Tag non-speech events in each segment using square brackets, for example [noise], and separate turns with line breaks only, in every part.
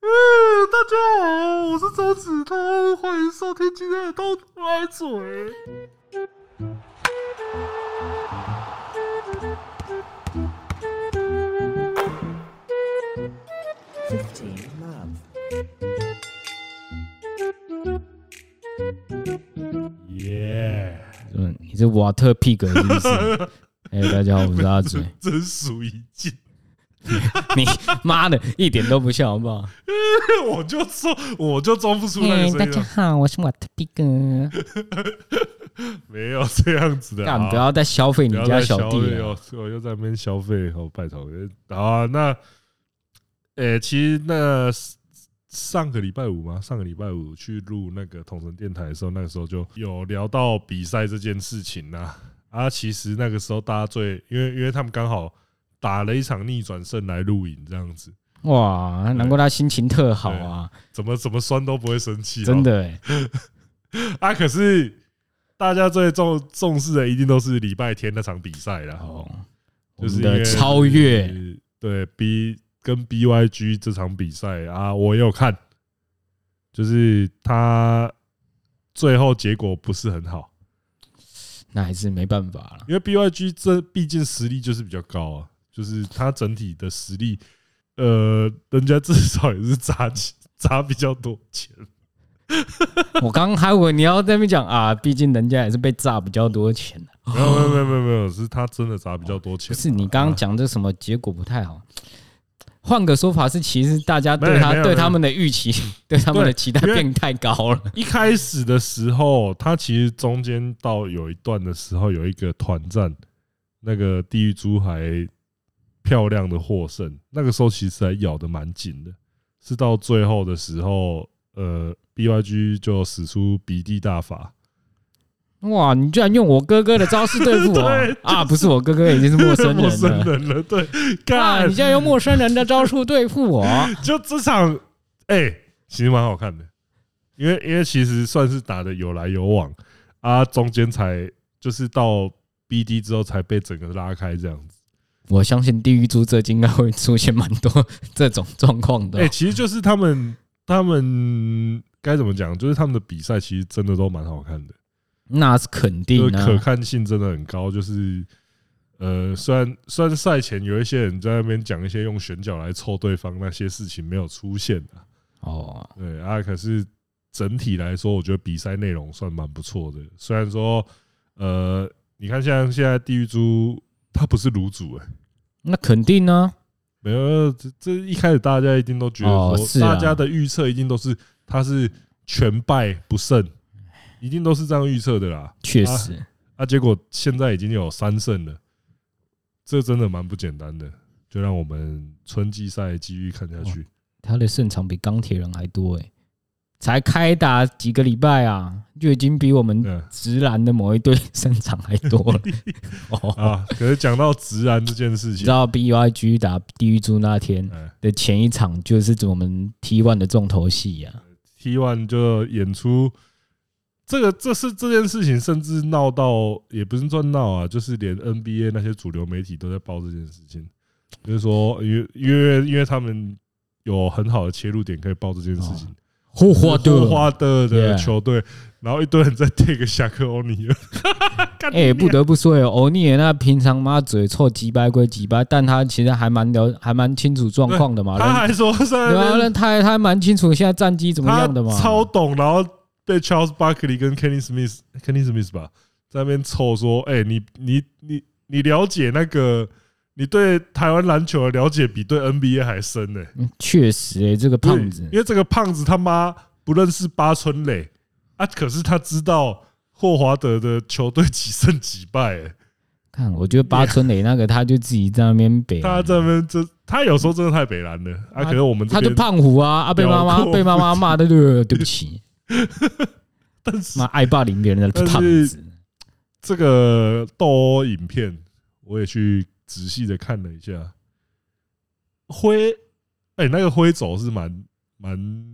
呃手指头，欢迎收听今天的刀出来嘴。
Fifteen love.
耶、
嗯，你这瓦特屁格是 [laughs] 不是？哎、大家好，我是阿嘴。
真属一件。
[laughs] 你妈的，一点都不像，好不好？
[laughs] 我就说，我就装不出那个声音了，
好，我是瓦特屁格。啊
没有这样子的。
干，
啊
不要再消费你
不要
家
再
小
消
弟
费
啊了。
哦，我又在那边消费，哦，拜托。呃啊，那，诶、其实那上个礼拜五嘛，上个礼拜五去录那个统神电台的时候，那个时候就有聊到比赛这件事情啦、啊。其实那个时候大家最，因为因为他们刚好打了一场逆转胜来录影，这样子，
哇，难怪他心情特好啊，
怎么怎么酸都不会生气、哦
真。的哎、
啊，可是大家最重重视的一定都是礼拜天那场比赛啦。
哦，我
就是
们
因为
的超越，
就是对 B 跟 BYG 这场比赛啊，我也有看，就是他最后结果不是很好，
那还是没办法了。
因为 BYG 这毕竟实力就是比较高啊，就是他整体的实力，呃，人家至少也是砸钱砸比较多
[laughs]
钱，
我刚刚还以为你要在那边讲啊，毕竟人家也是被炸比较多钱的、
没有没有没有没有没有，是他真的砸比较多
不
钱。
是你刚刚讲这什么结果不太好，换个说法是，其实大家
没
对
有
他
没有
对
没有
他们的预期、 [laughs] 对他们的期待
因为
变太高了。
一开始的时候，他其实中间到有一段的时候，有一个团战，那个地狱猪还漂亮的获胜。那个时候其实还咬得蛮紧的，是到最后的时候，呃，BYG 就使出鼻涕大法，
哇，你居然用我哥哥的招式对付我
[laughs] 对就是
啊！不是我哥哥，已经是陌生
[laughs] 陌
人
生
[laughs] 了。
人了，对，
啊！
干
你，居然用陌生人的招数对付
[laughs]
我，
就这场，哎，其实蛮好看的，因为因为其实算是打的有来有往啊，中间才就是到 BD 之后才被整个拉开这样子。
我相信地狱猪这集应该会出现蛮多这种状况
哎、
的。
其实就是他们他们该怎么讲，就是他们的比赛其实真的都蛮好看的，
那是肯
就
定
是可
啊，
看性真的很高。就是呃，虽然虽然赛前有一些人在那边讲一些用选角来凑对方那些事情没有出现啊，
哦，
对啊，可是整体来说，我觉得比赛内容算蛮不错的。虽然说呃，你看像现在地狱猪他不是卤煮哎、
那肯定啊。
没有，这这一开始大家一定都觉得说，
哦是啊
大家的预测一定都是他是全败不胜，一定都是这样预测的啦。
确实，
啊，结果现在已经有三胜了，这真的蛮不简单的。就让我们春季赛继续看下去。
他的胜场比钢铁人还多哎，才开打几个礼拜啊，就已经比我们
嗯
直男的某一队胜场还多了。哦，
啊，可是讲到直男这件事
你
情
知，道 BYG 打地狱猪那天
哎
的前一场就是我们 T One 的重头戏啊呀、
T One 就演出这个，这是这件事情，甚至闹到也不是算闹啊，就是连 NBA 那些主流媒体都在报这件事情，就是说，因为因为因为他们有很好的切入点可以报这件事情，
霍华德，
霍华德的
哦 Yeah
球队，然后一堆人在 take 下克欧尼尔，干
哎、不得不说、欸，欧尼尔那平常妈嘴臭几百归几百，但他其实还蛮了，还蛮清楚状况的嘛。
他还说在
对啊，
那
那
边
他他还蛮清楚现在战绩怎么
他
样的嘛。
超懂，然后被 Charles Barkley 跟 Kenny Smith、Kenny Smith 吧在那边凑说，哎、你你你你了解那个，你对台湾篮球的了解比对 NBA 还深呢、
嗯确实、欸，这个胖子
对因为这个胖子他妈不认识八村垒啊，可是他知道霍华德的球队几胜几败、欸，
看，我觉得八村垒那个他就自己在那边北
他
啊，
在那边这他有时候真的太北蓝了啊，
他
可是我们这
他就
边，
胖虎啊，啊被妈
屌
妈
扣
被妈妈骂的，对对对
[laughs]
不起，
但是
妈爱霸凌别人的
但是
胖子。
这个斗殴影片，我也去仔细的看了一下。挥，哎、那个挥肘是蛮蛮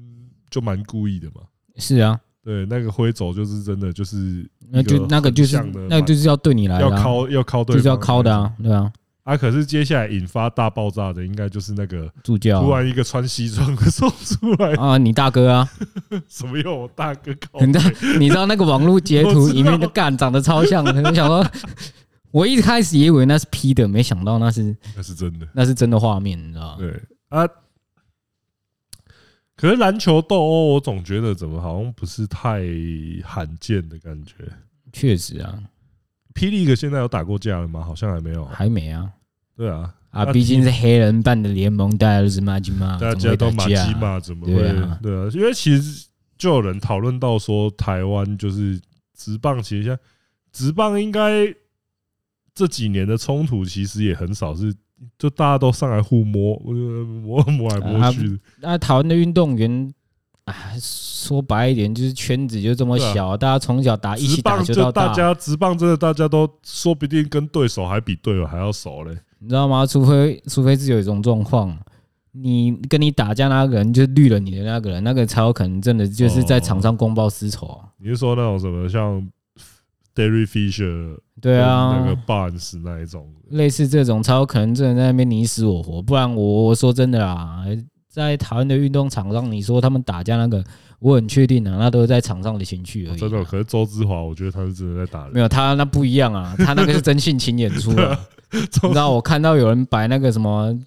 就蛮故意的嘛。
是啊，
对，那个挥肘就是真的，就是
那
一
就
个
那个就是
很像的
那个就是要对你来
要
的啊，
敲要敲对方，
就是要敲的啊，对啊。
啊，可是接下来引发大爆炸的，应该就是那个
助教
突然一个穿西装的送出来，
啊，你大哥
[laughs]
啊，
什么用？我大哥靠
你知道你知道那个网络截
哦我
图
知道
里面的干长得超
[laughs]
像的，我想说，我一开始以为那是 P 的，没想到那是
那是真的。
那是真的画面，你知道吗？
对啊，可是篮球斗殴，我总觉得怎么好像不是太罕见的感觉。
确实啊，
霹雳哥现在有打过架了吗？好像还没有。
还没啊
对啊，
啊，
那
毕竟是黑人办的联盟，大家都是马吉马，
大
怎么
家
会
都马
打架
基
啊
嘛，怎么会？
对啊
对啊，因为其实就有人讨论到说，台湾就是职棒，其实像职棒应该这几年的冲突其实也很少是。就大家都上来互摸，呃摸摸来
啊
摸去的，
那台湾的运动员，啊，说白一点，就是圈子就这么小，大家从小啊打一
直
起打
啊棒
就
就
到
大
大，
家直棒真的大家都说不定跟对手还比队友还要熟嘞。
你知道吗？除非除非是有一种状况，你跟你打架那个人就绿了你的那个人，那个才有可能真的
哦
就是在场上公报私仇啊。
你是说那种什么像 Derry Fisher
对
那个
啊，
Barnes 那一种？
类似这种才有可能真的在那边你死我活。不然我我说真的啦，在台湾的运动场上，你说他们打架那个，我很确定啊，那都是在场上的情绪而已啊、
哦真的，可是周之华，我觉得他是真的在打
没
人。
有他那不一
[laughs]
样啊，他那个是真性情演出啊。你知道我看到有人摆那个什么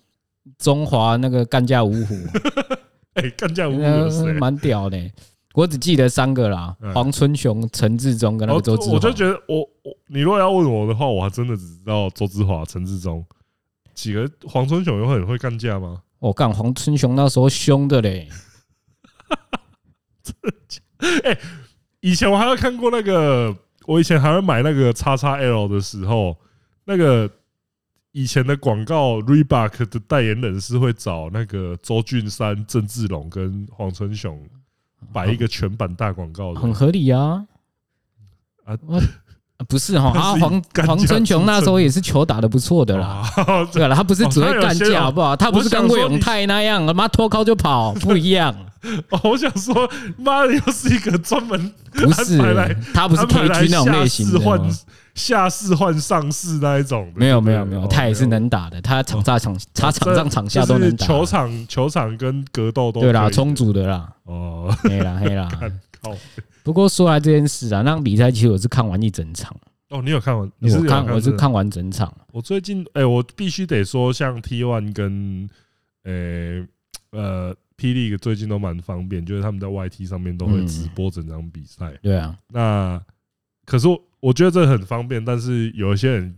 中华那个干架五
[laughs]
虎，
哎，干架无辜
那
有
个
谁？
蛮屌的欸、我只记得三个啦
嗯，
黄春雄、陈志忠跟那
我
个周志
我就
华。
觉得我我你如果要问我的话，我还真的只知道周之华、陈志忠几个。黄春雄有很会干架吗？
我哦干黄春雄那时候凶的嘞，
以前我还有看过那个，我以前还会买那个叉叉 L 的时候，那个以前的广告 Reebok 的代言人是会找那个周俊山、郑志龙跟黄春雄摆一个全版大广告的
很。合理啊。
啊
啊，不是
[laughs]
哈，
他
啊
是
黄
干架
黄春雄那时候也是球打的不错的啦。
啊，
对了，他不是只会
哦他有
干
些
架
哦
好不好？他不是
我
跟
想说
魏永
你
泰那样，他妈脱靠就
[laughs]
跑，不一样。
哦我想说，妈的，又是一个专门
不是
安排来，
他不是
安排
K
来
G 那种类型的
下士换
吗。
下士换上士那一种的。
没有
对
没有
不对
没
哦
有，他也是能打的，他场下场他场上场下都
就是
能打。
球场球场跟格斗都
对
可
啦，
以
充足的啦，
哦。 [laughs]
黑啦黑啦。
看靠
不过说来这件事啊，那比赛其实我是看完一整场，
哦，你有看完？你是
我
有
看我是
的。
看完整场。
我最近哎、我必须得说，像 T One 跟呃呃霹雳最近都蛮方便，就是他们在 YT 上面都会
嗯
直播整场比赛。
对啊，
那可是我我觉得这很方便，但是有一些人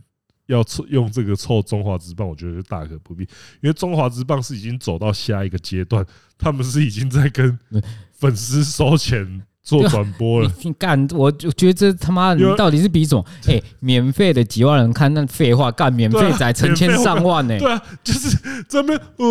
要凑用这个凑中华之棒，我觉得就大可不必，因为中华之棒是已经走到下一个阶段，他们是已经在跟
嗯
粉丝收钱做转播了。
你干，我就觉得这他妈的
有
你到底是比什么？哎，免费的几万人看，那废话，干免
对
费
啊
仔成千上万呢。
对啊，就是这边呃，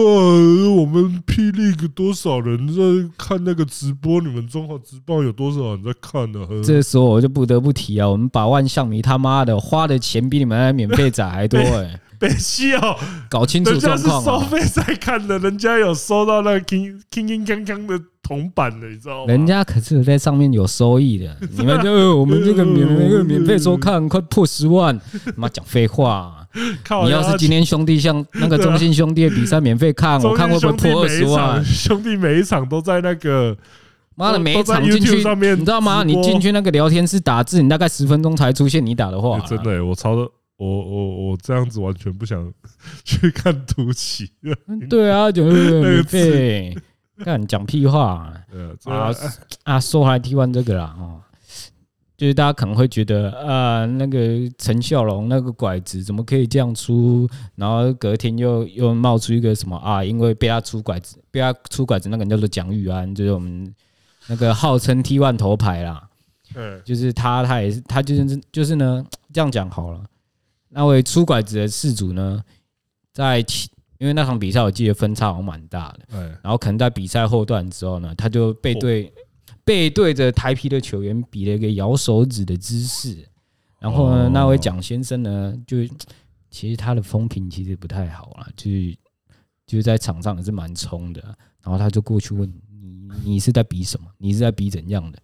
我们霹雳个多少人在看那个直播？你们中华之棒有多少人在看呢、呵
这时候我就不得不提啊，我们百万象迷他妈的花的钱比你们那免费仔还多哎，
北西哦，
搞清楚
人家
状
是
况
收
啊！
费在看的，人家有收到那个 king king king king king 的铜板的，你知道吗？
人家可是有在上面有收益的，你们就呃我们这个免那个免费收看快破十万，妈讲废话啊、
靠，
你要是今天兄弟像那
啊
个中信兄弟的比赛免费看，我看会不会破二十万？
兄弟每一场都在那个，
妈的，
都
每一场
都在
进
YouTube
去，
上面
你知道吗？
直
你
播
进去那个聊天室打字，你大概十分钟才出现你打哎的话
欸，真的、欸，我超的，我我我这样子完全不想 [laughs] 去看突奇。 [laughs]
嗯对啊， [laughs] 就呃
个字
免费，干讲屁话
呃，这
啊
啊，
啊！说回来 T one 这个啦，哦。就是大家可能会觉得，啊，那个陈孝龙那个拐子怎么可以这样出？然后隔天又又冒出一个什么啊？因为被他出拐子，被他出拐子那个人叫做蒋玉安，就是我们那个号称 T one 头牌啦。
欸
就是他，他也是，他就是就是呢，这样讲好了。那位出拐子的事主呢，在其因为那场比赛我记得分差好像蛮大的，
哎，
然后可能在比赛后段之后呢，他就背对背对着台皮的球员比了一个摇手指的姿势，然后呢
哦，
那位蒋先生呢，就其实他的风评其实不太好啦，就是就是在场上也是蛮冲的，然后他就过去问你你是在比什么？你是在比怎样的？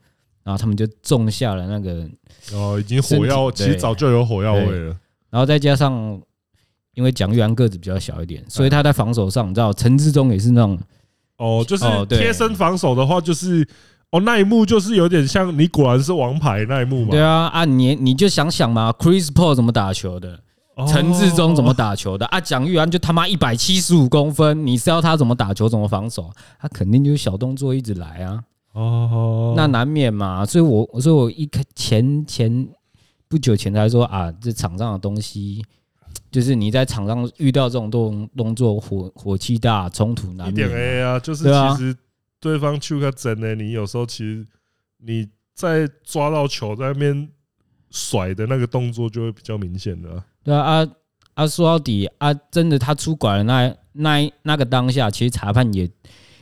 然后他们就种下了那个，
哦，已经火药，
身体
其实早就有火药味了。
然后再加上因为蒋玉安个子比较小一点，所以他在防守上，你知道陈志忠也是那种
哦，就是
哦对
贴身防守的话，就是哦那一幕就是有点像你果然是王牌那一幕嘛。
对啊啊，你你就想想嘛，Chris Paul 怎么打球的，
哦
陈志忠怎么打球的啊？蒋玉安就他妈一百七十五公分，你是要他怎么打球，怎么防守？他肯定就是小动作一直来啊，
哦，
那难免嘛。所以我所以我一开前前不久前才说啊，这场上的东西。就是你在场上遇到这种动动作，火火气大，冲突难
一
免
点
啊。
A 啊，就是
对啊
其实对方去个真的，你有时候其实你在抓到球在那边甩的那个动作就会比较明显的啊。
对啊啊啊！说到底啊，真的他出拐了那那一那个当下，其实裁判也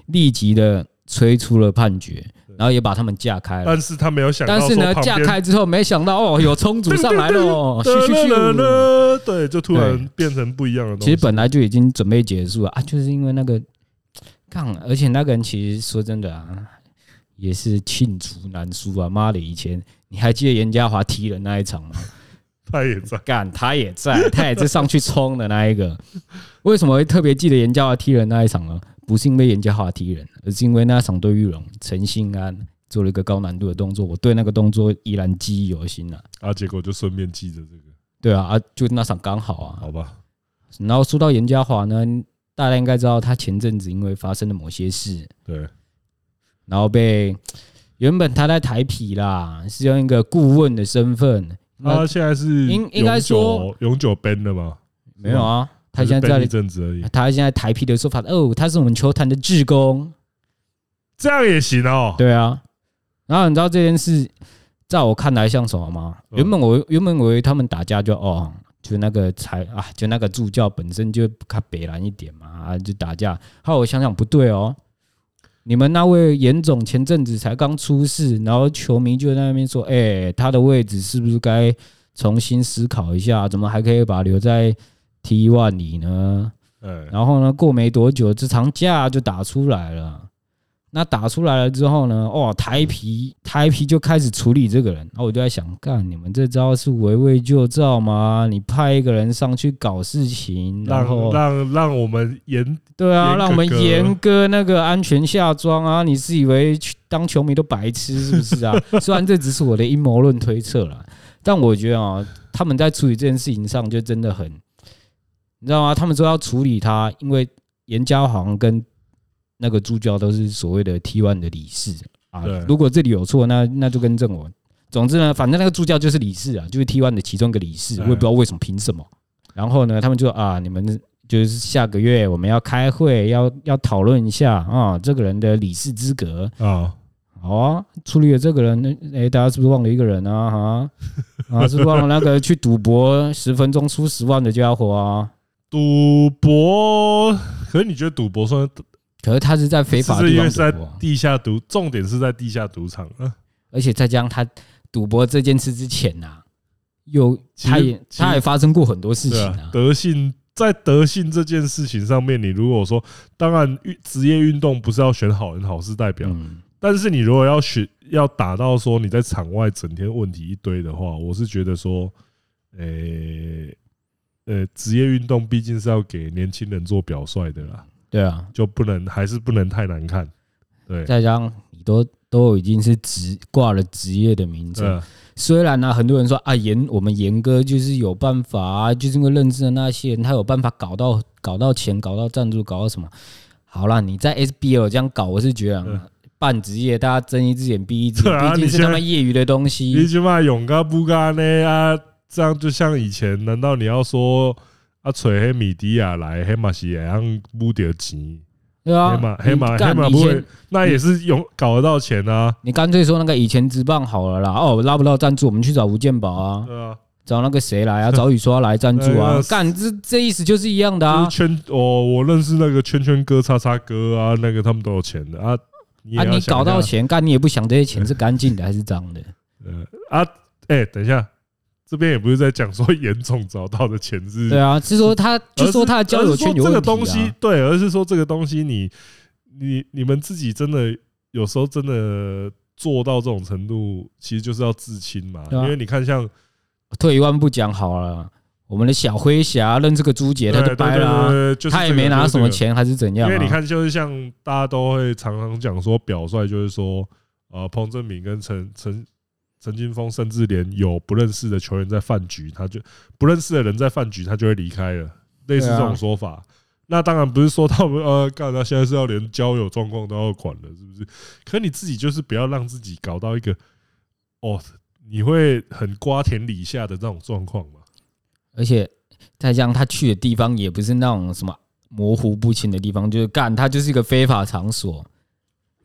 立即的催出了判决，然后也把他们架开了。
但是他没有想到
哎但是呢
说，旁
架
边
开之后，没想到哦，
[laughs]
有冲突上来了哦，咻咻咻！哎
了，对，就突然变成不一样的东
其
西。
实本来就已经准备结束了啊，就是因为那个杠，而且那个人其实说真的啊，也是罄竹难书啊。妈的，以前你还记得严家华踢人那一场吗？
他也在，
干，他也在，他也是上去冲的那一个。 [laughs] 为什么会特别记得严家华踢人那一场呢？不是因为严家华踢人，而是因为那场对玉龙陈信安做了一个高难度的动作，我对那个动作依然记忆犹新啊。
啊，结果就顺便记着这个，
对啊，啊，就那场刚好啊。
好吧？
然后说到严家华呢，大家应该知道他前阵子因为发生了某些事，
对，
然后被原本他在台皮啦，是用一个顾问的身份，那
他现在是
呃应应该说
永久永久 ban 了嘛？
没有啊，他现在啊
只是
在
ban 一阵子而已，
他现在台皮的说法，哦，他是我们球坛的志工，
这样也行哦。
对啊。然后你知道这件事，在我看来像什么吗？
嗯
原本我原本我以为他们打架就哦，就那个才啊，就那个助教本身就他北蓝一点嘛，啊就打架。后来我想想不对哦，你们那位严总前阵子才刚出事，然后球迷就在那边说，哎、他的位置是不是该重新思考一下？怎么还可以把他留在 T one 里呢？
哎，
然后呢，过没多久，这场架就打出来了。那打出来了之后呢，哦，台皮台皮就开始处理这个人。然后我就在想，干你们这招是围魏救赵吗？你派一个人上去搞事情，然
让
后
让让我们严
对啊，
严
让我们
哥哥
严哥那个安全下装啊！你是以为去当球迷都白痴是
[laughs]
不是啊？虽然这只是我的阴谋论推测啦，但我觉得啊，他们在处理这件事情上就真的很，你知道吗？他们说要处理他，因为严家好像跟那个助教都是所谓的 T one 的理事啊
对。
如果这里有错，那那就更正我。总之呢，反正那个助教就是理事啊，就是 T one 的其中一个理事，
嗯
我也不知道为什么，凭什么。然后呢，他们就啊，你们就是下个月我们要开会，要要讨论一下啊，这个人的理事资格。
啊，
好啊，处理了这个人，诶，大家是不是忘了一个人啊？哈，啊，是不是忘了那
[laughs]
个去赌博十分钟输十万的家伙啊？
赌博。可是你觉得赌博算
可是他是在非
是
法
不
的
[laughs] 是
地
因
方
为是在
赌博啊，
地下赌，重点是在地下赌场啊。
而且再加上他赌博这件事之前呐、啊，有
其实
他也
其实
他也发生过很多事情
对
啊
啊，。德性在德性这件事情上面，你如果说，当然运职业运动不是要选好人好事代表，
嗯，
但是你如果要选要打到说你在场外整天问题一堆的话，我是觉得说，诶、呃，职业运动毕竟是要给年轻人做表率的啦，
对啊，
就不能还是不能太难看，对，
再加上你都都已经是职挂了职业的名
对
称，
啊，
虽然呢、很多人说啊，严我们严哥就是有办法、啊，就是因为认识的那些人，他有办法搞到搞到钱，搞到赞助，搞到什么。好啦，你在 SBL 这样搞，我是觉得
嗯
啊半职业，大家睁一只眼闭一只
对啊
眼，毕竟
你
是
现
他
在
们业余的东
你
西。
起码勇敢不敢呢啊，这样就像以前，难道你要说啊，找黑米迪亚来，黑马是也样不掉钱？
对啊，
黑马黑马
你干
黑马
以
不
前
会，那也是有搞得到钱啊，
你干脆说那个以前职棒好了啦，哦，拉不到赞助，我们去找吴建宝啊，
[laughs] 对啊，
找那个谁来啊，找雨刷来赞助
哎
啊
呀，
干这这意思就是一样的
就
啊
是。圈哦，我认识那个圈圈哥、叉叉哥啊，那个他们都有钱的啊，你
啊，
也要
你
想
搞
一下
到，钱，干你也不想这些钱是干净的还是脏的？
呃啊，哎，等一下，这边也不是在讲说严总找到的钱是
对啊，是说他
而
就是说他的交友圈有
嗯而是说这
问
个
题啊
东西，对，而是说这个东西你，你你们自己真的有时候真的做到这种程度，其实就是要自清嘛。
对啊
因为你看像，
退一万步讲好了，我们的小灰侠认这个朱杰，他
对对
就
对
掰啦、
对对就是
他也
这个
没拿
就是
什么
这个
钱还是怎样、啊？
因为你，看，就是像大家都会常常讲说，表率就是说，呃，彭正明跟陈陈陈金峰，甚至连有不认识的球员在饭局，他就不认识的人在饭局，他就会离开了，类似
对啊
这种说法。那当然不是说他们呃，干他现在是要连交友状况都要管了，是不是？可你自己就是不要让自己搞到一个哦，你会很瓜田李下的这种状况嘛？
而且再加上他去的地方也不是那种什么模糊不清的地方，就是干他就是一个非法场所。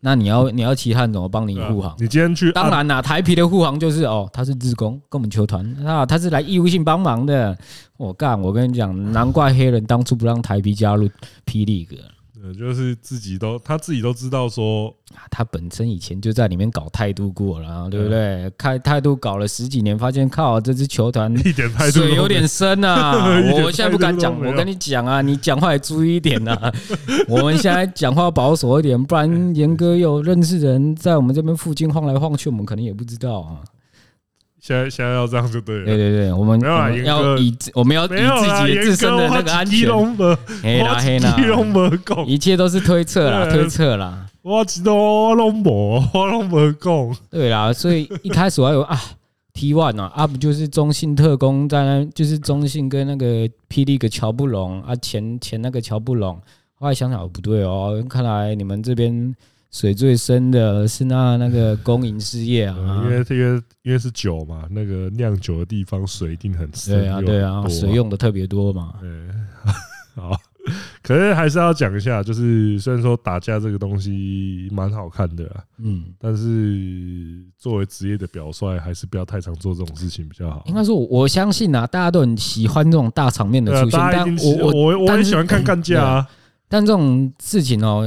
那你要你要其他人怎么帮你
对啊
护航？
你今天去
当然啦，台皮的护航就是哦，他是志工，跟我们球团啊，他是来义务性帮忙的。我干，我跟你讲，难怪黑人当初不让台皮加入霹雳哥，
呃，就是自己都他自己都知道说
啊他本身以前就在里面搞态度过了啊，对不对？开态度搞了十几年，发现靠这支球团
一点 [laughs] 态度都
水
没
有点深啊
[laughs] 一点态！度
我现在不敢讲，
都没
我
有
跟你讲啊，你讲话也注意一点啊。 [laughs] 我们现在讲话保守一点，不然严哥有认识人在我们这边附近晃来晃去，我们可能也不知道啊。
现在现在要这样就对
对
了。
对对，我们
没有
我
啦
们
严哥
要以自我们要以
没有啦，
自己
严啊
自身的那个安全，
我
黑啦黑啦
基，隆没讲，
一切都是推测啦，
啊对啊
推测啦，
我基隆我拢无，我拢没讲。
对啦，所以一开始我还有啊。T one 啊，啊不就是中信特工在那，就是中信跟那个霹雳个乔布隆啊，前前那个乔布隆，后来想想哦不对哦，看来你们这边水最深的是那那个公营事业啊
呃，因为这个因为是酒嘛，那个酿酒的地方水一定很深，
对啊对
又很
啊，
多
水。用的特别多嘛，
对， [laughs] 好，可是还是要讲一下，就是虽然说打架这个东西蛮好看的啊，
嗯，
但是作为职业的表率，还是不要太常做这种事情比较好。
应该说我我相信啊，大家都很喜欢这种大场面的
对啊
出现，
大家一
但
定喜
我我
我我
但
也
是
喜欢看干架啊，
但这种事情哦，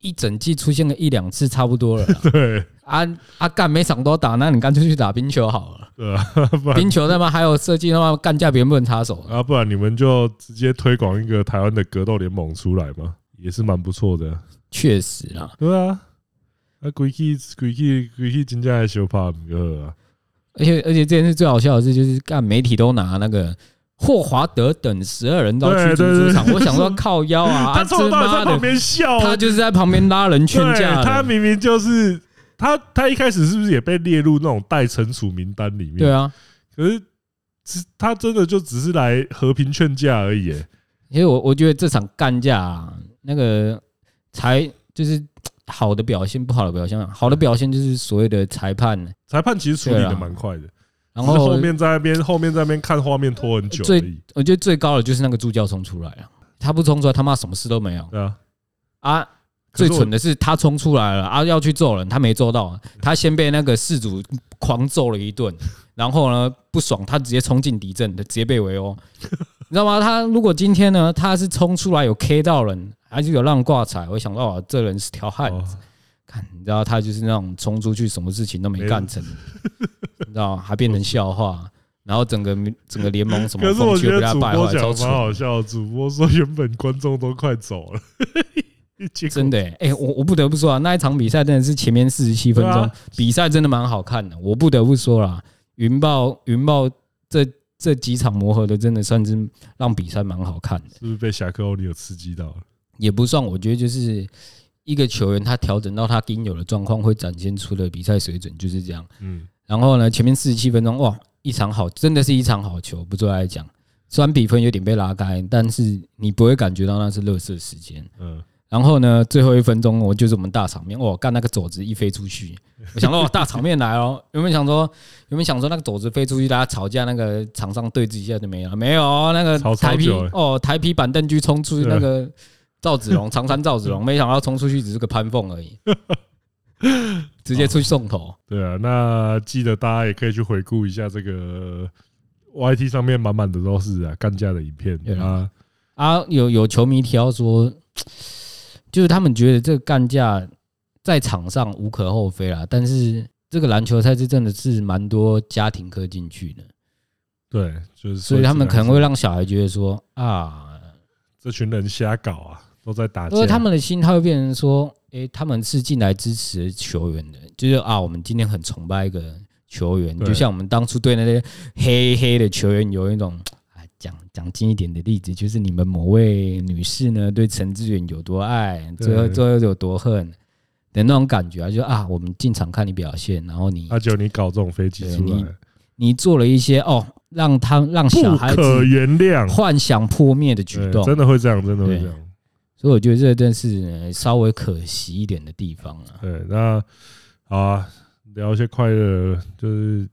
一整季出现个一两次差不多了啦
[laughs] 对
啊啊！干每场都打，那你干脆去打冰球好了。
[laughs] 对啊，不然
冰球他妈还有设计他妈干架别人不能插手。
啊，不然你们就直接推广一个台湾的格斗联盟出来嘛，也是蛮不错的。
确实啦，
对啊，啊，鬼气鬼气鬼气，真正的小怕唔个啊，
而且而且这件事最好笑的是，就是干媒体都拿那个。霍华德等十二人到去
对
足
对对
球场，我想说靠腰啊，
[laughs] 他
啊
从头
这
到尾在
妈
旁
的，
边笑，
他就是在旁边拉人劝架
对，
的，
他明明就是他，他一开始是不是也被列入那种待惩处名单里面？
对，啊，
可是只他真的就只是来和平劝架而已、欸，
其实我我觉得这场干架、啊、那个裁就是好的表现，不好的表现啊，好的表现就是所谓的裁判，
裁判其实处理
对
的
啊
蛮快的，
然
只是
后
后面在那边后面在那边看画面拖很久而
最
已，
我觉得最高的就是那个助教冲出来啊，他不冲出来他妈什么事都没有
对啊。
啊。
可
最
是我
蠢的是他冲出来了啊，要去揍人，他没揍到，他先被那个事主狂揍了一顿，然后呢不爽，他直接冲进敌阵，直接被围殴，你知道吗？他如果今天呢他是冲出来有 K 到人，还是有让挂彩，我想到哦，这人是条汉子
哦。
看，你知道他就是那种冲出去，什么事情都没干
[laughs]
成，你知道还变成笑话，然后整个整个联盟什
可
么
是我
风气
觉
都被
得
他
主
败
播
坏，
讲得
超
蛮
蠢，
好
[laughs]
笑的，主播说原本观众都快走了， [laughs] 结果
真的、欸，哎、我我不得不说啊，那一场比赛真的是前面四十七分
对
钟
啊，
比赛真的蛮好看的，我不得不说啦，云豹云豹这这几场磨合的真的算是让比赛蛮好看的，
是不是被侠客欧尼有刺激到了？
也不算，我觉得就是。一个球员他调整到他应有的状况，会展现出的比赛水准就是这样。
嗯，
然后呢，前面四十七分钟，哇，一场好，真的是一场好球，不做来讲。虽然比分有点被拉开，但是你不会感觉到那是热射时间。
嗯，
然后呢，最后一分钟我就是我们大场面，哇，干那个肘子一飞出去，我想到大场面来哦。原本想说，原本想说那个肘子飞出去，大家吵架，那个场上对峙一下就没了，没有哦那个
吵超
台皮
久欸
哦，台皮板凳区冲出那个赵子龙，长山赵子龙，没想到冲出去只是个潘凤而已，直接出去送头。
对啊，那记得大家也可以去回顾一下这个 YT 上面满满的都是啊干架的影片
对啊
啊，
啊，有有球迷提到说，就是他们觉得这个干架在场上无可厚非啦，但是这个篮球赛事真的是蛮多家庭科进去的，
对，就是
所以他们可能
说
会
起来
让小孩觉得说啊，
这群人瞎搞啊，都在打
因为
架，
他们的心态会变成说，诶，他们是进来支持球员的，就是啊，我们今天很崇拜一个球员，
对
就像我们当初对那些黑黑的球员有一种。哎讲讲近一点的例子，就是你们某位女士呢对陈志远有多爱，
对
最后最后有多恨的那种感觉啊，就啊，我们进场看你表现，然后你
阿啊九，你搞这种飞机出
对
来，
你做了一些哦，让他让小
不
孩
可
子
原谅，
幻想破灭的举
对
动，
真的会这样，真的会这样。
所以我觉得这真是呃稍微可惜一点的地方啊。
对，那好啊，聊一些快乐的，就是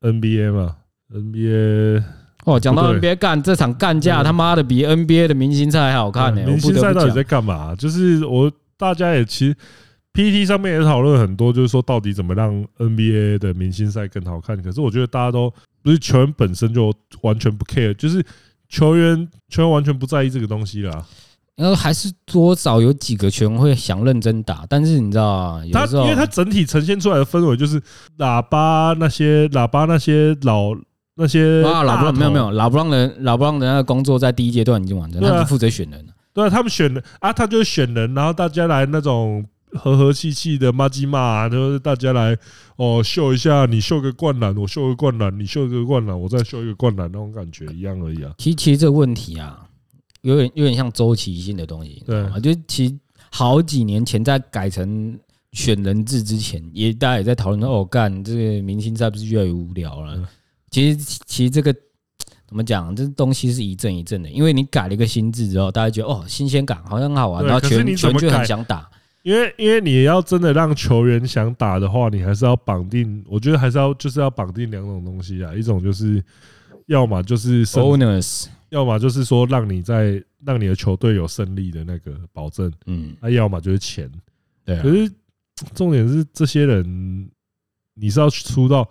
NBA 嘛，NBA
哦，讲到
不对
NBA 干这场干架，
嗯
他妈的比 NBA 的明星赛还好看呢、
嗯
我
明
不
星
得
赛
不
到底在
讲。
干嘛？啊就是我大家也其实 PT 上面也讨论很多，就是说到底怎么让 NBA 的明星赛更好看。可是我觉得大家都不是球员本身就完全不 care，就是球员球员完全不在意这个东西啦。
然后还是多少有几个球员会想认真打，但是你知道啊，
他
有时
因
候
为他整体呈现出来的氛围就是喇叭那些喇叭那些老那些
啊，老
大
布朗
头
没有没有，老布朗的老布朗的那个工作在第一阶段已经完成，
对啊
他只负责选人了。
对啊，他们选人啊，他就是选人，然后大家来那种和和气气的骂鸡骂啊，就是大家来哦秀一下，你秀个灌篮，我秀个灌篮，你秀个灌篮，我再秀一个灌篮，那种感觉一样而已啊。
其实其实这个问题啊，有点有点像周期性的东西，你知道吗？就其实好几年前在改成选人制之前，也大家也在讨论说，哦，干这个明星赛不是越来越无聊了？
嗯
其实其实这个怎么讲，这东西是一阵一阵的，因为你改了一个新制之后，大家觉得哦新鲜感好像很好玩，
对
然后
可是
全
你怎
全
么
就很
改
想打。
因为因为你要真的让球员想打的话，你还是要绑定，我觉得还是要就是要绑定两种东西啊，一种就是要么就是胜
哦 Bonus，
要么就是说让你在让你的球队有胜利的那个保证，
嗯，
啊，要么就是钱。
对啊
可，是重点是这些人，你是要出到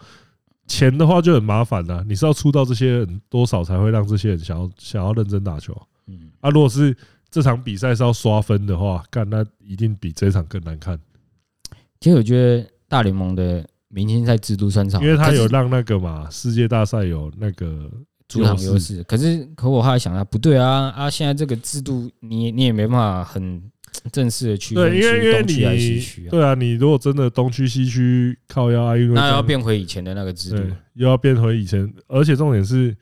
钱的话就很麻烦啊啦，你是要出到这些人多少才会让这些人想要想要认真打球
嗯，
啊？如果是这场比赛是要刷分的话，干那一定比这场更难看，
其实我觉得大联盟的明星赛制度算是好
因
的，
为他
可是
有让那个嘛世界大赛有那个
主场优
优势，
势。可是，可我后来想啊，不对啊啊！现在这个制度你，你也没办法很正式的去分
对，因为因
区
为
东区还是西
你
区啊，
对啊，你如果真的东区西区靠腰啊，因为
那要
变。
变回以前的那个制
对
度。，
又要变回以前，而且重点是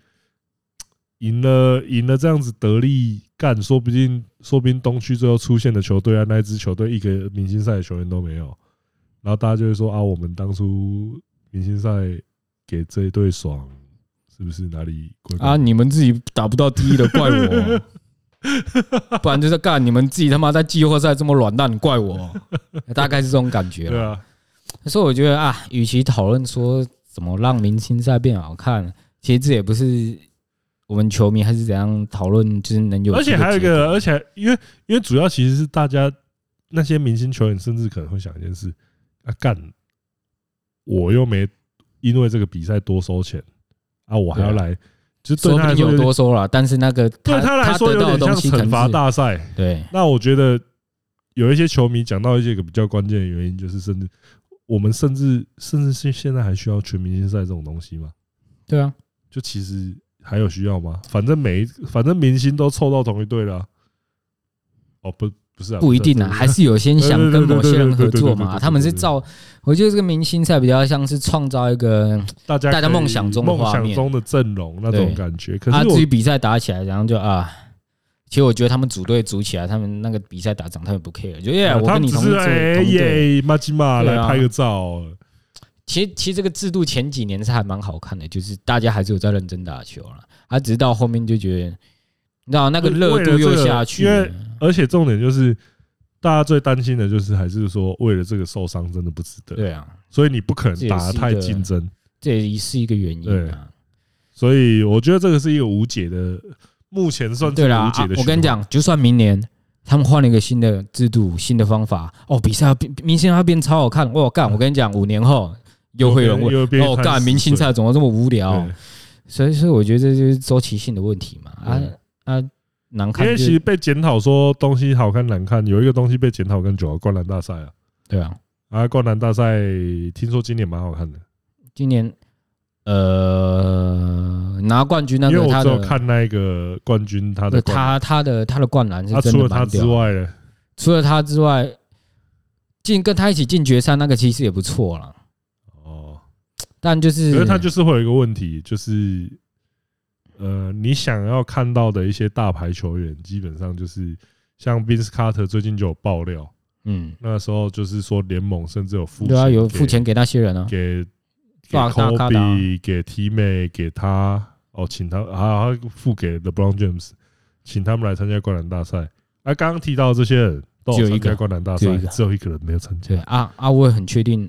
赢了赢了这样子得利干，说不定说不定东区最后出现的球队啊，那一支球队一个明星赛的球员都没有，然后大家就会说啊，我们当初明星赛给这一队爽，是不是哪里怪怪
啊！
的？
你们自己打不到第一的，
[laughs]
怪我，不然就是干你们自己他妈在季后赛这么软蛋，怪
[laughs]
我，大概是这种感觉
对
啦。
啊，
所以我觉得啊，与其讨论说怎么让明星赛变好看，其实这也不是我们球迷还是怎样讨论，就是能有
而
趣
且
的
还有一
结
个，
果
而且因为因为主要其实是大家那些明星球员，甚至可能会想一件事：啊，干，我又没因为这个比赛多收钱啊，我还要
对
来，就是对
说
他
不
来
定
说
有
有点
多收了，但是那个
对
他
来说
得
有
到的
点
东
像
西可
惩
能
罚
是
大赛。
对
那我觉得有一些球迷讲到一些个比较关键的原因，就是甚至我们甚至甚至是现在还需要全明星赛这种东西吗？
对啊，
就其实还有需要吗？反正每一反正明星都凑到同一队了啊、哦，不不是啊，
不一定啊，
是
还是有些人想跟某些人合
对对对对
作嘛。
对对对对对对对对
他们是造，我觉得这个明星赛比较像是创造一个
[laughs] 大家
大家
可以
梦想中的
梦
画
想
面
中的阵容那种
对
感觉。可
啊，
是
至
我
于比赛打起来，然后就啊，其实我觉得他们组队组起来，他们那个比赛打仗，他们不 care，就耶，
呃
啊我
他
跟
们
你
只
同一
是
队
哎
同一队。
耶，马吉马
对
来
啊
拍个照，
其实其实这个制度前几年是还蛮好看的，就是大家还是有在认真打球了，啊，直到后面就觉得，你知道那个
为为
热
了
度又
这个
下去
因为
了，
而且重点就是。大家最担心的就是，还是说为了这个受伤真的不值得，
对啊，
所以你不可能
这也
打
是
得
一
太
个
竞争。
这也是一个原因
对
啊。
所以我觉得这个是一个无解的，目前算是
对啦，
无解
啊
的、
我跟你，讲，就算明年他们换了一个新的制度、新的方法，哦，比赛要变，明星要变超好看。我
嗯
干，我跟你讲，五年后又会有人问，
又变
哦，干，明星赛怎哦么这么无聊
对？
所以，所以我觉得这就是周期性的问题嘛。啊啊，难
因
看
为
就
其实被检讨说东西好看难看，有一个东西被检讨跟九个灌篮大赛啊，
对啊，
啊，灌篮大赛听说今年蛮好看的，
今年呃拿冠军那
因为
个
我
他
只有
的。
看那一个冠军他的
对
灌篮，
他他的他的灌篮是
他
真
除
的
了他
蛮
之
屌的，
外呢，
除了他之外，进跟他一起进决赛那个其实也不错啦，
哦，
但就
可
是
是他就是会有一个问题，就是呃，你想要看到的一些大牌球员，基本上就是像 Vince Carter 最近就有爆料，
嗯，
那时候就是说联盟甚至有付
对啊，有
给
付钱给那些人啊，
给给
大大咖的啊
Kobe 给 T 妹给他哦，请他啊还付给 LeBron James，请他们来参加灌篮大赛。啊，刚刚提到这些人都有
只有
参
一个
加灌篮大
只有
赛
一，个
只有一个人没有参加
对。啊啊，我也很确定，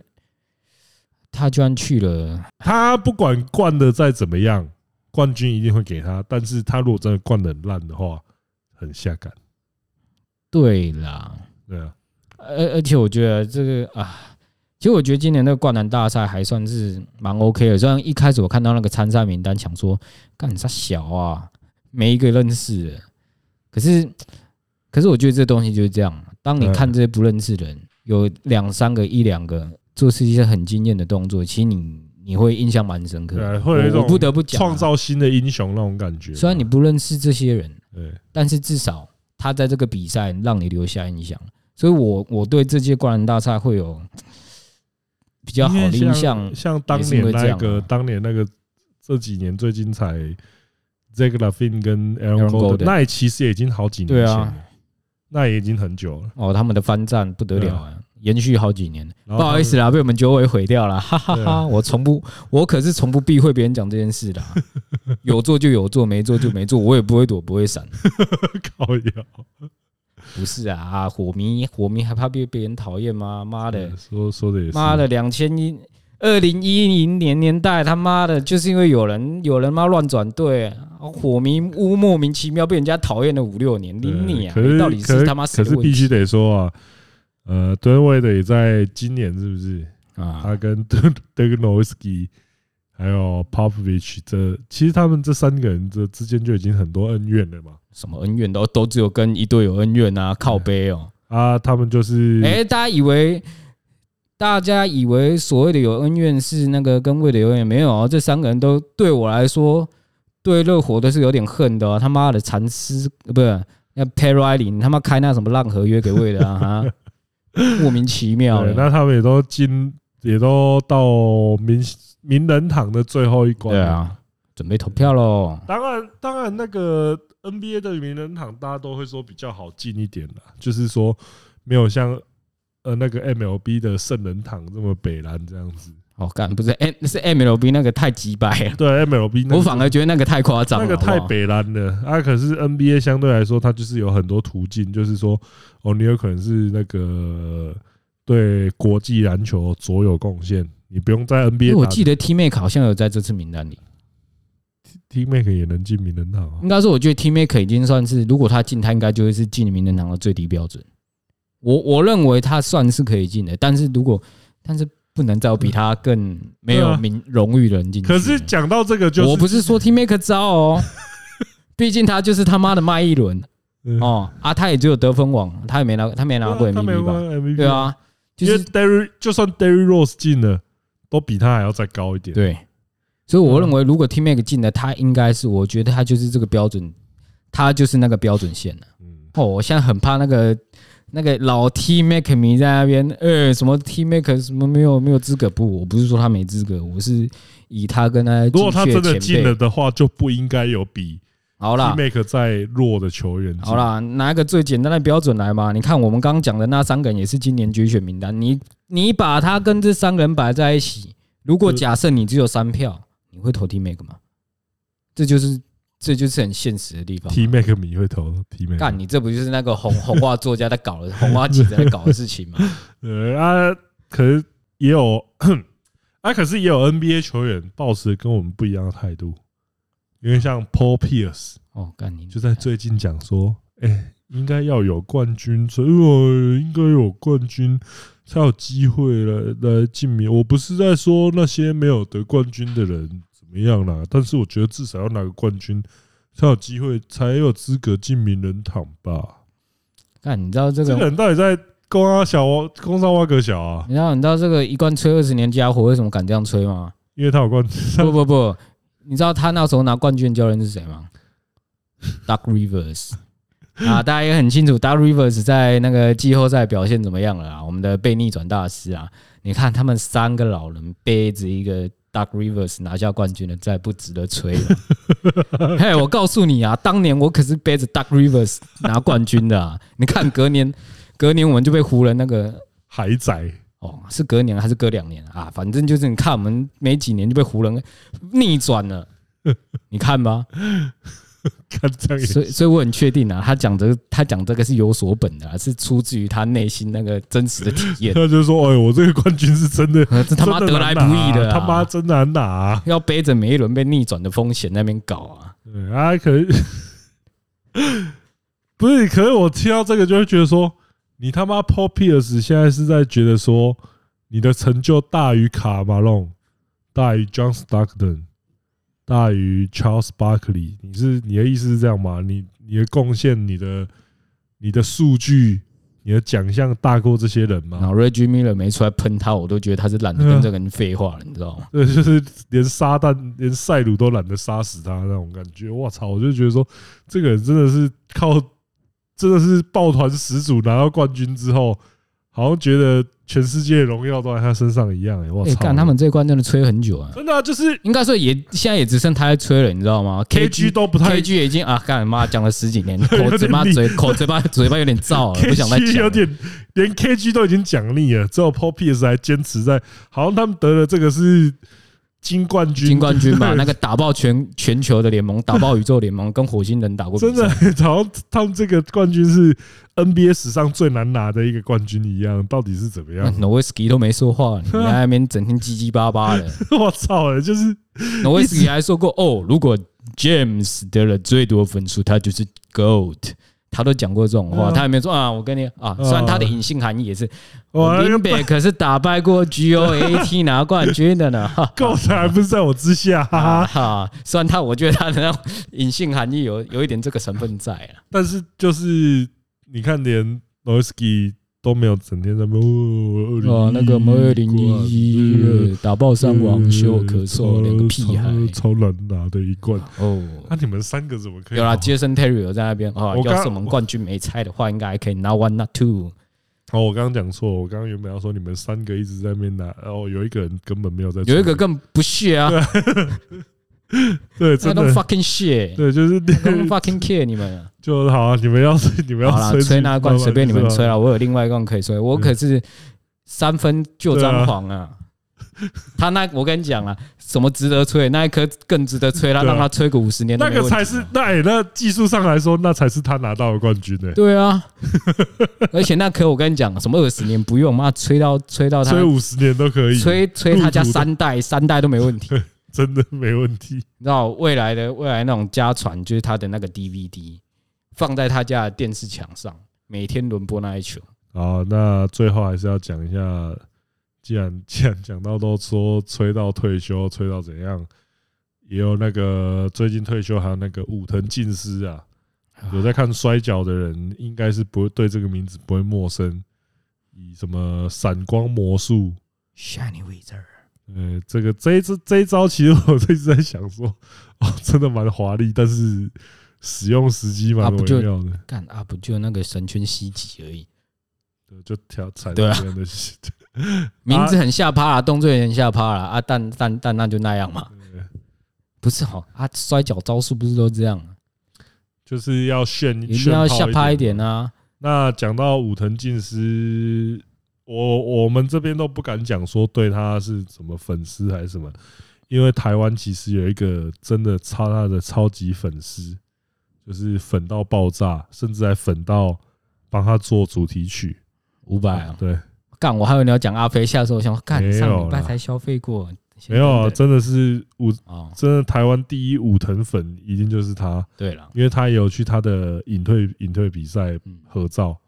他居然去了，
他不管灌的再怎么样，冠军一定会给他。但是他如果真的灌的很烂的话，很下感。
对啦，
对啊，
而而且我觉得这个啊，其实我觉得今年的灌篮大赛还算是蛮 OK 的。虽然一开始我看到那个参赛名单，想说干啥小啊，没一个认识的。可是，可是我觉得这东西就是这样，当你
嗯
看这些不认识的人，有两三个、一两个做是一些很惊艳的动作，其实你你会印象蛮深刻
对
的
啊，。会有一
我
种
我不得不讲啊
创。造新的英雄那种感觉。
虽然你不认识这些人，
对
但是至少他在这个比赛让你留下印象，所以我我对这届灌篮大赛会有比较好的
因为
印
像。
象
像当
也是因
年
为这
那
样
个
啊，
当年那个这几年最精彩 z a g Laffin 跟 Aaron
Aaron
Golden，
Golden
那也其实也已经好几年
对
前
啊
了，那也已经很久了。
哦，他们的翻战不得了啊，延续好几年。
不
不好意思啦，被我们九尾毁掉了，哈哈
哦对
哈
啊
我从不，我可是从不避讳别人讲这件事的
[laughs]
啊。有做就有做，没做就没做，我也不会躲，不会闪。
靠腰，
不是啊，啊火迷火迷还怕被别人讨厌吗？妈的
嗯， [laughs] 说说的也是，
妈的，两千一二零一零年年代，他妈的，就是因为有人有人妈乱转队，啊火迷乌莫名其妙被人家讨厌了五六年，
对
你你啊
可，是
到底
可
是他妈谁
可
的
是必
问题
须得说啊，呃，吨位的也在今年是不是？
啊？
他跟 [laughs] 德德格诺维斯基还有 Popovich 这，其实他们这三个人这之间就已经很多恩怨了嘛。
什么恩怨都都只有跟一队有恩怨啊，靠背哦。
啊，他们就是
哎，大家以为大家以为所谓的有恩怨是那个跟魏的有恩怨，没有哦，这三个人都对我来说，对热火都是有点恨的哦、他妈的禅师呃不是那 Perry i l i n 他妈开那什么烂合约给魏的啊，啊莫名其妙
对，那
的。
他们也都进，也都到名名人堂的最后一关。
对，啊，准备投票喽。
当然，当然，那个 NBA 的名人堂，大家都会说比较好进一点啦，就是说没有像呃那个 MLB 的圣人堂这么北蓝这样子。
哦，干不是 M 是 MLB 那个太鸡掰了，
对 MLB，那个
我反而觉得那个太夸张
那个
了，
太
好不好
北蓝了啊！可是 NBA 相对来说，它就是有很多途径，就是说，哦，你有可能是那个对国际篮球卓有贡献，你不用在
因
NBA
为
打。
我记得 T Mac 好像有在这次名单里，
T-Mac 也能进名人堂啊
应该说，我觉得 T Mac 已经算是，如果他进，他应该就会是进名人堂的最低标准。我我认为他算是可以进的，但是如果但是不能再有比他更没
对
有
啊
名荣誉的人进去。
可是讲到这个，就是
我不
[laughs]
是说 T Mac 糟哦，毕竟他就是他妈的卖一轮
嗯
哦啊，他也只有得分王，他也没拿他没拿过
对啊他没
MVP 吧？
拿 MVP，
对，啊，就
因为
是
Derry 就算 Derry Rose 进了，都比他还要再高一点。
对，所以我
嗯
认为如果 T Mac 进了，他应该是，我觉得他就是这个标准，他就是那个标准线了。
嗯，
哦，我现在很怕那个那个老 T Mac 迷在那边，呃，什么 T Mac 什么没有没有资格不？我不是说他没资格，我是以他跟他
如果他真的
进去
进
前
了
辈，
的话，就不应该有比
好啦。
T-Mac 再弱的球员进。
好啦，拿一个最简单的标准来嘛。你看我们刚刚讲的那三个人也是今年决选名单，你你把他跟这三个人摆在一起，如果
就是
假设你只有三票，你会投 T Mac 吗？这就是这就是很现实的地方。
，T-Mac 迷会投 T-Mac。
干，你这不就是那个红红花作家在搞的，红花记者在搞的事情吗？
呃啊，可是也有 [coughs] 啊，可是也有 NBA 球员抱持跟我们不一样的态度，因为像 Paul Pierce
哦，干你
就在最近讲说，哎、应该要有冠军，所以我应该有冠军才有机会来来进名。我不是在说那些没有得冠军的人怎么样啦，但是我觉得至少要拿个冠军才有机会，才有资格进名人堂吧。
干，你知道这
这
个
个人到底在攻啊小哦攻上挖个小啊？
你知道你知道这个一贯吹二十年家伙为什么敢这样
[laughs]
吹吗？
因为他有冠军，
不不不，你知道他那时候拿冠军的教练是谁吗？Duck
[laughs]
Rivers 啊，大家也很清楚，Duck Rivers 在那个季后赛表现怎么样了啊？我们的被逆转大师啊，你看他们三个老人背着一个 Doc Rivers 拿下冠军了，再也不值得吹了。
[laughs]
嘿，我告诉你啊，当年我可是背着 Doc Rivers 拿冠军的、啊。你看隔年，隔年我们就被湖人那个
海仔
哦，是隔年还是隔两年啊？反正就是你看我们没几年就被湖人逆转了，
嗯
[laughs] 你
[laughs]
看吧。
看这样也
所以，所以我很确定啊，他讲这个，他讲这个是有所本的、啊，是出自于他内心那个真实的体验。 [laughs] 呃
他就说：“哎，我这个冠军是真的，
这他妈
真
得
的
来
难
不
拿
易的、啊，
他妈真难拿啊
要背着每一轮被逆转的风险那边搞啊！！”
对啊，可是 [laughs] 不是？可是我听到这个就会觉得说，你他妈 Paul Pierce 现在是在觉得说，你的成就大于卡马龙，大于 John Stockton，大于 Charles Barkley。你是你的意思是这样吗？你你的贡献、你的你的数据、你的奖项大过这些人吗
然？后 Reggie Miller 没出来喷他，我都觉得他是懒得
嗯
跟这个人废话了，你知道吗？
对，就是连撒旦、连塞鲁都懒得杀死他那种感觉。我操！我就觉得说，这个人真的是靠，真的是抱团始祖拿到冠军之后，好像觉得全世界荣耀都在他身上一样、欸。我
哎，
操！
干他们这一关真的吹很久啊！
真的啊、就是
应该说也现在也只剩他在吹了，你知道吗
KG 都不太
KG 也已经啊，干妈讲了十几
[laughs]
年，
有
口
点
嘴巴
腻
嘴口
[laughs]
嘴巴嘴巴有点燥了，不想再
KG
讲
有
了。
点连 KG 都已经讲腻了，只有 Poppies 还坚持在，好像他们得了这个是金冠军，
金冠军嘛，
[laughs]
[laughs]
对
那个打爆全全球的联盟，打爆宇宙联盟，跟火星人打过比赛
真的，好像他们这个冠军是 NBA 史上最难拿的一个冠军一样，到底是怎么样？
n o w i s k y 嗯都没说话，你在那边整天叽叽巴巴的。
[laughs] 我操、欸！就是
n o w i s k y 还说过哦，如果 James 得了最多分数，他就是 GOAT。他都讲过这种话，
嗯
他也没说啊。我跟你啊，
嗯
虽然他的隐性含义也是，
我
我
那
林
个
[laughs] 北可是打败过
[laughs]
GOAT 拿冠军的呢。哈
够才还不是在我之下，哈
啊哈
哈。
哈，虽然他我觉得他的那种隐性含义有有一点这个成分在啊。
但是就是你看，连 n o s k y 都没有整天在那边哦，
哦，那个我们二零一
冠
一打爆三王，学我咳嗽，
呃
两个屁孩。
超超难拿的一冠。
哦，
那、你们三个怎么可以？
有啦，Jason Terry 有在那边啊。
我刚
要是我们冠军没猜的话，应该还可以拿 one not two。
哦，我刚刚讲错，我刚刚原本要说你们三个一直在那边拿，哦，有一个人根本没有在，
有一个更不屑啊，
对，
那
真
都
的
fucking shit，
对，就是
都 fucking care 你们啊。
就好、啊，你们要吹， [laughs] 你们
好啦
要，吹
吹那一罐
慢慢嗯
随便你们
知道
吹啊啦，我有另外一罐可以吹，我可是三分就张皇啊。
[laughs]
他那我跟你讲啊，什么值得吹？那一颗更值得吹，他
对啊
让他吹个五十年都
那
没问
个
题。
才是那、欸、那技术上来说，那才是他拿到的冠军欸呢、
对啊，
[laughs]
而且那颗我跟你讲，什么二十年不用，妈吹到吹到他
吹五十年都可以，
吹吹他家
入土的
三代三代都没问
[laughs]
题。
真的没问题。
你知道未来的未来那种家传就是他的那个 DVD 放在他家的电视墙上，每天轮播那一球。
好，那最后还是要讲一下，既然既然讲到都说吹到退休，吹到怎样，也有那个最近退休，还有那个武藤进司啊，有在看摔跤的人，应该是不会对这个名字不会陌生。以什么闪光魔术，
Shiny Wizard，
呃，这个这一这这一招，其实我一直在想说，哦，真的蛮华丽，但是使用时机蛮
啊不就
微妙的，
干啊不就那个神拳袭击而已，
对，就调踩
对
那
啊
边的，
名字很下趴啦，动作也很下趴啦啊，但但但那就那样嘛，
对
不是哈啊，摔跤招数不是都这样，啊
就是要炫，
一定要
炫
下
炮
趴一
一
点。啊。
那讲到武藤进司，我我们这边都不敢讲说对他是什么粉丝还是什么，因为台湾其实有一个真的超他的超级粉丝，就是粉到爆炸，甚至还粉到帮他做主题曲。
五百啊，
对，
干我还有你要讲阿飞，下次我想说干
没有
上礼拜
啦
才消费过，
没有啊，
现在
真的是武，
哦，
真的台湾第一武藤粉一定就是他，
对了，
因为他也有去他的隐退隐退比赛
嗯，
合照，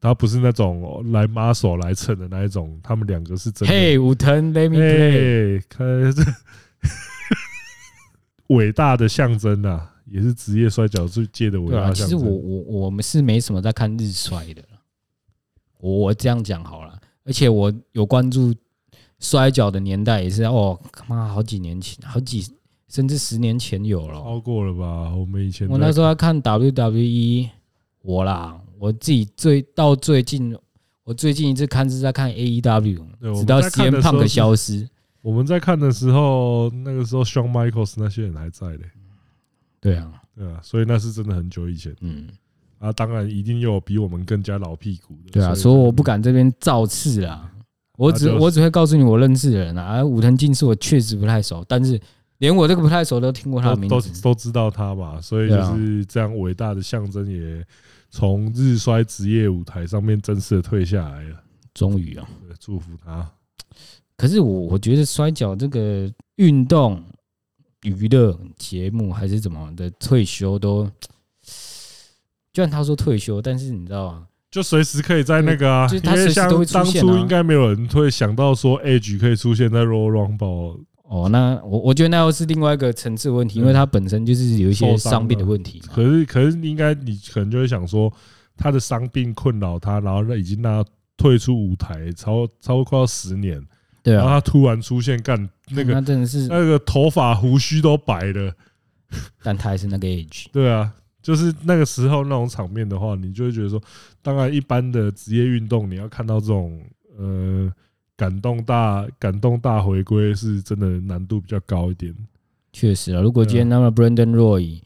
他不是那种哦来马手来蹭的那一种，他们两个是真的。
嘿，武藤 Let me play，
嘿，看这 [laughs] 伟大的象征啊，也是职业摔跤最界的伟
对
大
啊，
的
其
象
实
征。
我我我们是没什么在看日衰的啦我我这样讲好了，而且我有关注摔跤的年代也是哦，他妈好几年前，好几甚至十年前有了。
超过了吧？我们以前
我那时候在看 WWE，我啦，我自己最到最近，我最近一次看是在看 AEW，
对我们
直到
在看的
CM
时候
Punk
是
消失，
我们在看的时候，那个时候 Shawn Michaels 那些人还在嘞，
对啊，
对啊，所以那是真的很久以前
嗯，
啊。当然，一定又有比我们更加老屁股的。
对啊，所以我不
敢。
敢这边造次啦，我只
啊就是
我只会告诉你我认识的人啊，而武藤进士我确实不太熟，但是连我这个不太熟都听过他的名
都都
字，
都知道他嘛，所以
对
就
啊
是这样伟大的象征也从日衰职业舞台上面正式的退下来了，
终于啊，
对祝福他。
可是我我觉得摔跤这个运动、娱乐节目还是怎么的退休都，就算他说退休，但是你知道啊，
就随时可以在那个啊，
嗯对就是
因
他
为
随时
像
都会出
当
现啊
初应该没有人会想到说 Edge 可以出现在 Royal Rumble，
哦，那我我觉得那又是另外一个层次的问题，
嗯
因为他本身就是有一些伤病的问题嘛。
可是可是应该你可能就会想说他的伤病困扰他，然后已经让他退出舞台超超过快要十年，
对
然后他
啊，
突然出现干那个呃
那真的是，
那个头发胡须都白了。
但他还是那个 age，
对啊，就是那个时候那种场面的话，你就会觉得说，当然一般的职业运动，你要看到这种呃感动大感动大回归，是真的难度比较高一点。
确实啊。如果
对啊
今天那么 Brandon Roy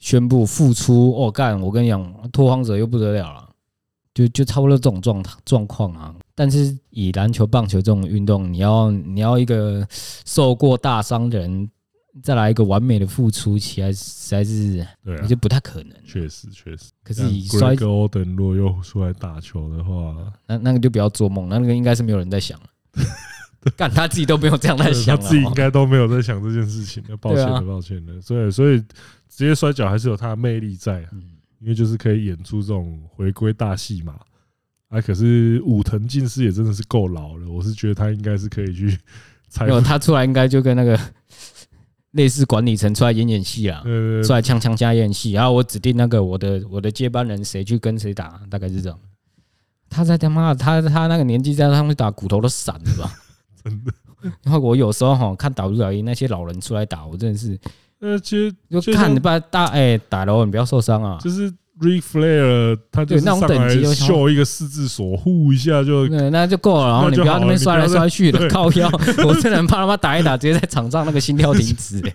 宣布复出，哦干，我跟你讲，拓荒者又不得了了。就就差不多这种状态状况啊，但是以篮球、棒球这种运动，你要你要一个受过大伤的人再来一个完美的复出，其实实在是
对啊
也，就不太可能。
确实确实。
可是
像
以摔
Greg Oden 如果又出来打球的话，
那那个就不要做梦，那个应该是没有人在
[laughs]
想了。干他自己都没有这样在
他
想了、
自己应
哦
该都没有在想这件事情的，抱歉
对
了，
啊
抱歉了。所以所以职业摔跤还是有它的魅力在啊，
嗯
因为就是可以演出这种回归大戏嘛。啊，可是武藤进士也真的是够老了，我是觉得他应该是可以
[laughs]
去采
没有
访，
他出来应该就跟那个类似管理层出来演演戏啦，
呃
出，来呛呛加演戏，然后我指定那个我的我的接班人谁去跟谁打，大概是这样。他在他妈的他他那个年纪在他们打骨头都散了吧？
[laughs] 真的，
然后我有时候哈看 WWE 那些老人出来打，我真的是
呃，其实
就
就
看
像
你把大哎打了，你不要受伤啊。
就是 r e Flair 他就是
对那
上
种等
来
级就行
秀一个四字锁护一下就，
对，那就够了。然后
那
你
就
不要
好
那边
了
摔
你
来
不要
摔去
对
的，靠
[laughs]
腰，我真的很怕他妈打一打，直接在场上那个心跳停止、欸。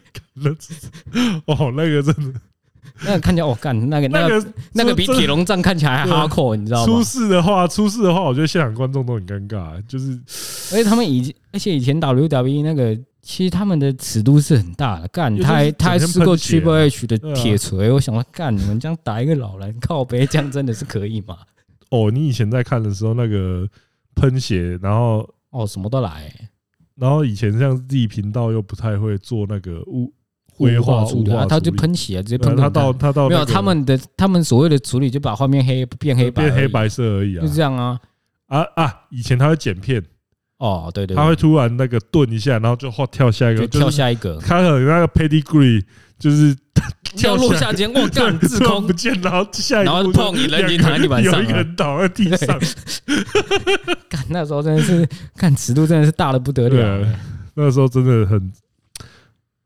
哦，那个真的，
那个看起来，我、哦、干那个那
那
个
个
那个比
真的
铁笼战看起来还
对啊
哈扣，你知道
出
吗？
事的话，出事的话，我觉得现场观众都很尴尬，就是
而且他们以前而且以前 WWE 那个，其实他们的尺度是很大的。干，
因为
他还
就是
他还
整天
试过
喷血
Triple H 的
对啊
铁锤，我想说，干你们这样打一个老人靠背，这样真的是可以吗？
哦，你以前在看的时候那个喷血，然后
哦，什么都来、欸，
然后以前像自己频道又不太会做那个物灰
雾
化
出的、
雾化
啊，他就
处理
喷血啊，直接
对啊
喷
他
滚蛋
到他到
没有
那个
他们的他们所谓的处理，就把画面黑变黑白而已，
变黑白色而已啊
就，这样啊。
啊啊！以前他会剪片，
哦，对对，
他会突然那个顿一下，然后就画跳下一
对
个，
就
就
跳
是
下一个，
他可能那个 pedigree 就是
跳落下肩，我
[laughs]
干自
突然
空
不，见，然后下一
然后
步
碰你
就
人已经
两个
躺在地板上
有一个
了
人倒在地上，
干那时候真的是，看尺度真的是大的不得
对
了
啊。那时候真的很。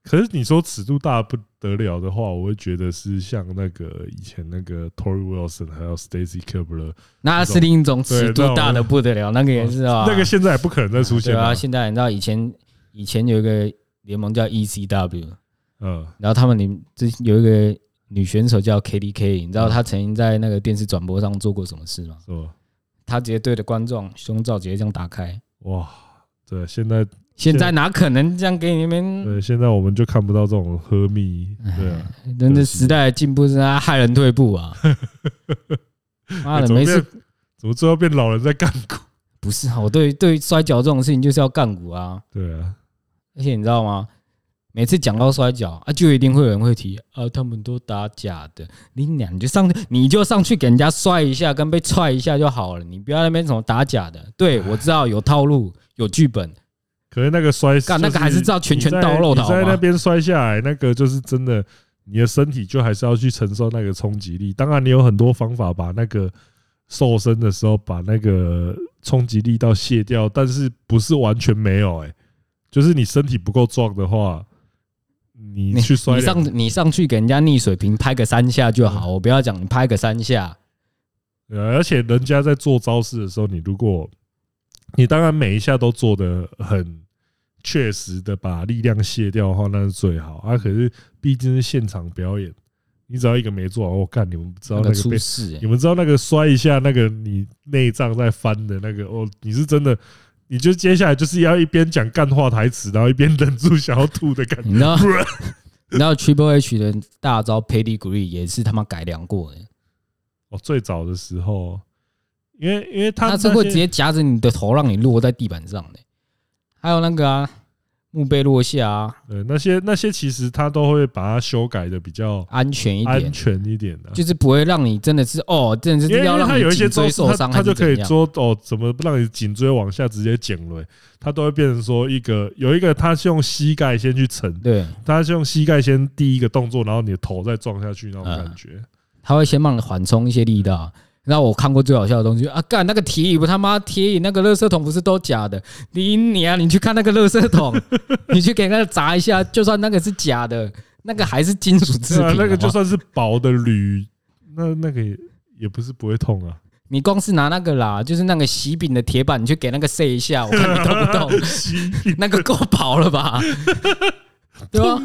可是你说尺度大不得了的话，我会觉得是像那个以前那个 Tory Wilson 还有 Stacy Keibler，
那是另一种尺
对那
度
种
大的不得了，那个也是啊，
那个现在也不可能再出现
对啊。
了。
现在你知道以前以前有一个联盟叫 ECW，
嗯，
然后他们里之前有一个女选手叫 KDK，你知道她曾经在那个电视转播上做过什么事吗？
是吧？
她直接对着观众胸罩直接这样打开，
哇，对，现在
现在哪可能这样给你们？
对，现在我们就看不到这种喝蜜，对啊。
人的时代的进步是他害人退步啊！妈
欸
的，
怎么
没事
变怎么最后变老人在干股？
不是啊，我对对于摔跤这种事情就是要干股啊！
对啊，
而且你知道吗？每次讲到摔跤啊，就一定会有人会提啊，他们都打假的。你俩你就上你就上去给人家摔一下，跟被踹一下就好了。你不要那边什么打假的。对
哎
我知道有套路，有剧本。
可是那个摔，
干那个
就
还是照拳拳
你在
到肉的
你在
好吗
那边摔下来，那个就是真的，你的身体就还是要去承受那个冲击力。当然，你有很多方法把那个瘦身的时候把那个冲击力到卸掉，但是不是完全没有、欸？哎，就是你身体不够壮的话，你
你
去摔
你
两嗯
上你上去给人家逆水平拍个三下就好。我不要讲你拍个三下，
呃，而且人家在做招式的时候，你如果你当然每一下都做的很确实的把力量卸掉的话，那是最好
嗯
啊。可是毕竟是现场表演，你只要一个没做好，我干，你们不知道那
那个
个
出
被
事、
你
欸，
们知道那个摔一下，那个你内脏在翻的那个哦，你是真的，你就接下来就是要一边讲干话台词，然后一边忍住想要吐的感觉。
你
[laughs]
知道，你知道 Triple H 的大招 Pedigree 也是他妈改良过的，欸
哦，最早的时候，因为因为他
他
那
是会
些
直接夹着你的头让你落在地板上的、还有那个啊，墓碑落下啊，
呃那些那些其实他都会把它修改的比较
安全一
安
点，
全一点的、啊
就是不会让你真的是哦，真的
因
是
为因
要
为
让
他
你
有一些
颈
招
椎受
式，他
伤
他
还
就是可以
怎样？
说哦，怎么不让你颈椎往下直接减了，他都会变成说一个有一个，他是用膝盖先去撑，
对，
他是用膝盖先第一个动作，然后你的头再撞下去那种
嗯
感觉。
他会先帮你缓冲一些力道。那我看过最好笑的东西啊！干那个铁椅不他妈铁椅那个垃圾桶不是都假的？你你啊，你去看那个垃圾桶， [laughs] 你去给那个砸一下，就算那个是假的，那个 [laughs] 还是金属制
对
品
啊
好，不好。
那个就算是薄的铝，那那个也也不是不会痛啊。
你光是拿那个啦，就是那个喜饼的铁板，你去给那个塞一下，我看你动不动，那个够薄了吧？对吧？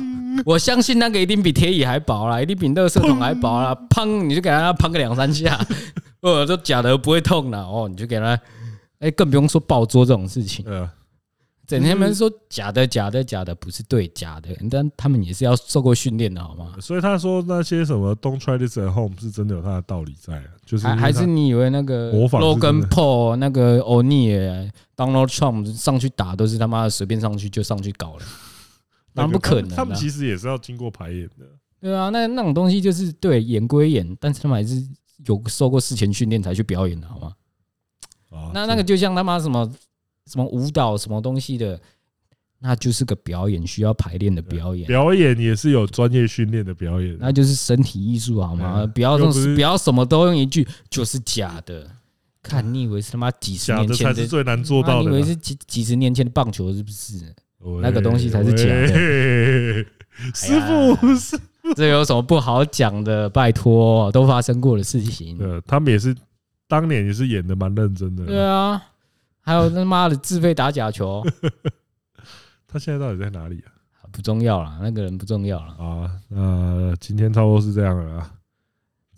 我相信那个一定比铁椅还薄啦，一定比垃圾桶还薄啦。砰，你就给它砰个两三下， [laughs] 呃，都假的不会痛了哦，你就给它，哎、更不用说爆桌这种事情，
呃，
整天们说假的假的假的，不是对假的，但他们也是要受过训练的好吗？
所以他说那些什么 “Don't try this at home” 是真的有他的道理在啊，就是因
还
为他
还是你以为那个
模仿是真
Logan
的
Paul 那个 O'Neal、Donald Trump 上去打都是他妈的随便上去就上去搞了？
那
当然
个
不可
他们他
能
们
啊！
其实也是要经过排演的。
对啊，那那种东西就是对演归演，但是他们还是有受过事前训练才去表演的好吗？
啊
那那个就像他妈什么什么舞蹈什么东西的，那就是个表演，需要排练的表演。
表演也是有专业训练的表演，
那就是身体艺术好吗？
嗯
不要
又不
用
是
不要什么都用一句就是假的，看你以为是他妈几十
假
年
的
前
才
的啊
是最难做到
你
的
以为
啦。
是几几十年前的棒球是不是？ [laughs]
喂
那个东西才是假哎的 [laughs]
喂师傅是，
这有什么不好讲的？拜托，都发生过的事情。
呃，他们也是当年也是演的蛮认真
嗯对
的。
啊，还有他妈的自费打假
[laughs]
球，
他现在到底在哪里啊？
不重要啦，那个人不重要啦。
啊，那今天差不多是这样了啊。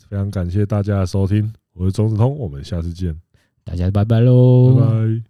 非常感谢大家的收听，我是钟子通，我们下次见，
大家拜拜
拜
喽。
拜。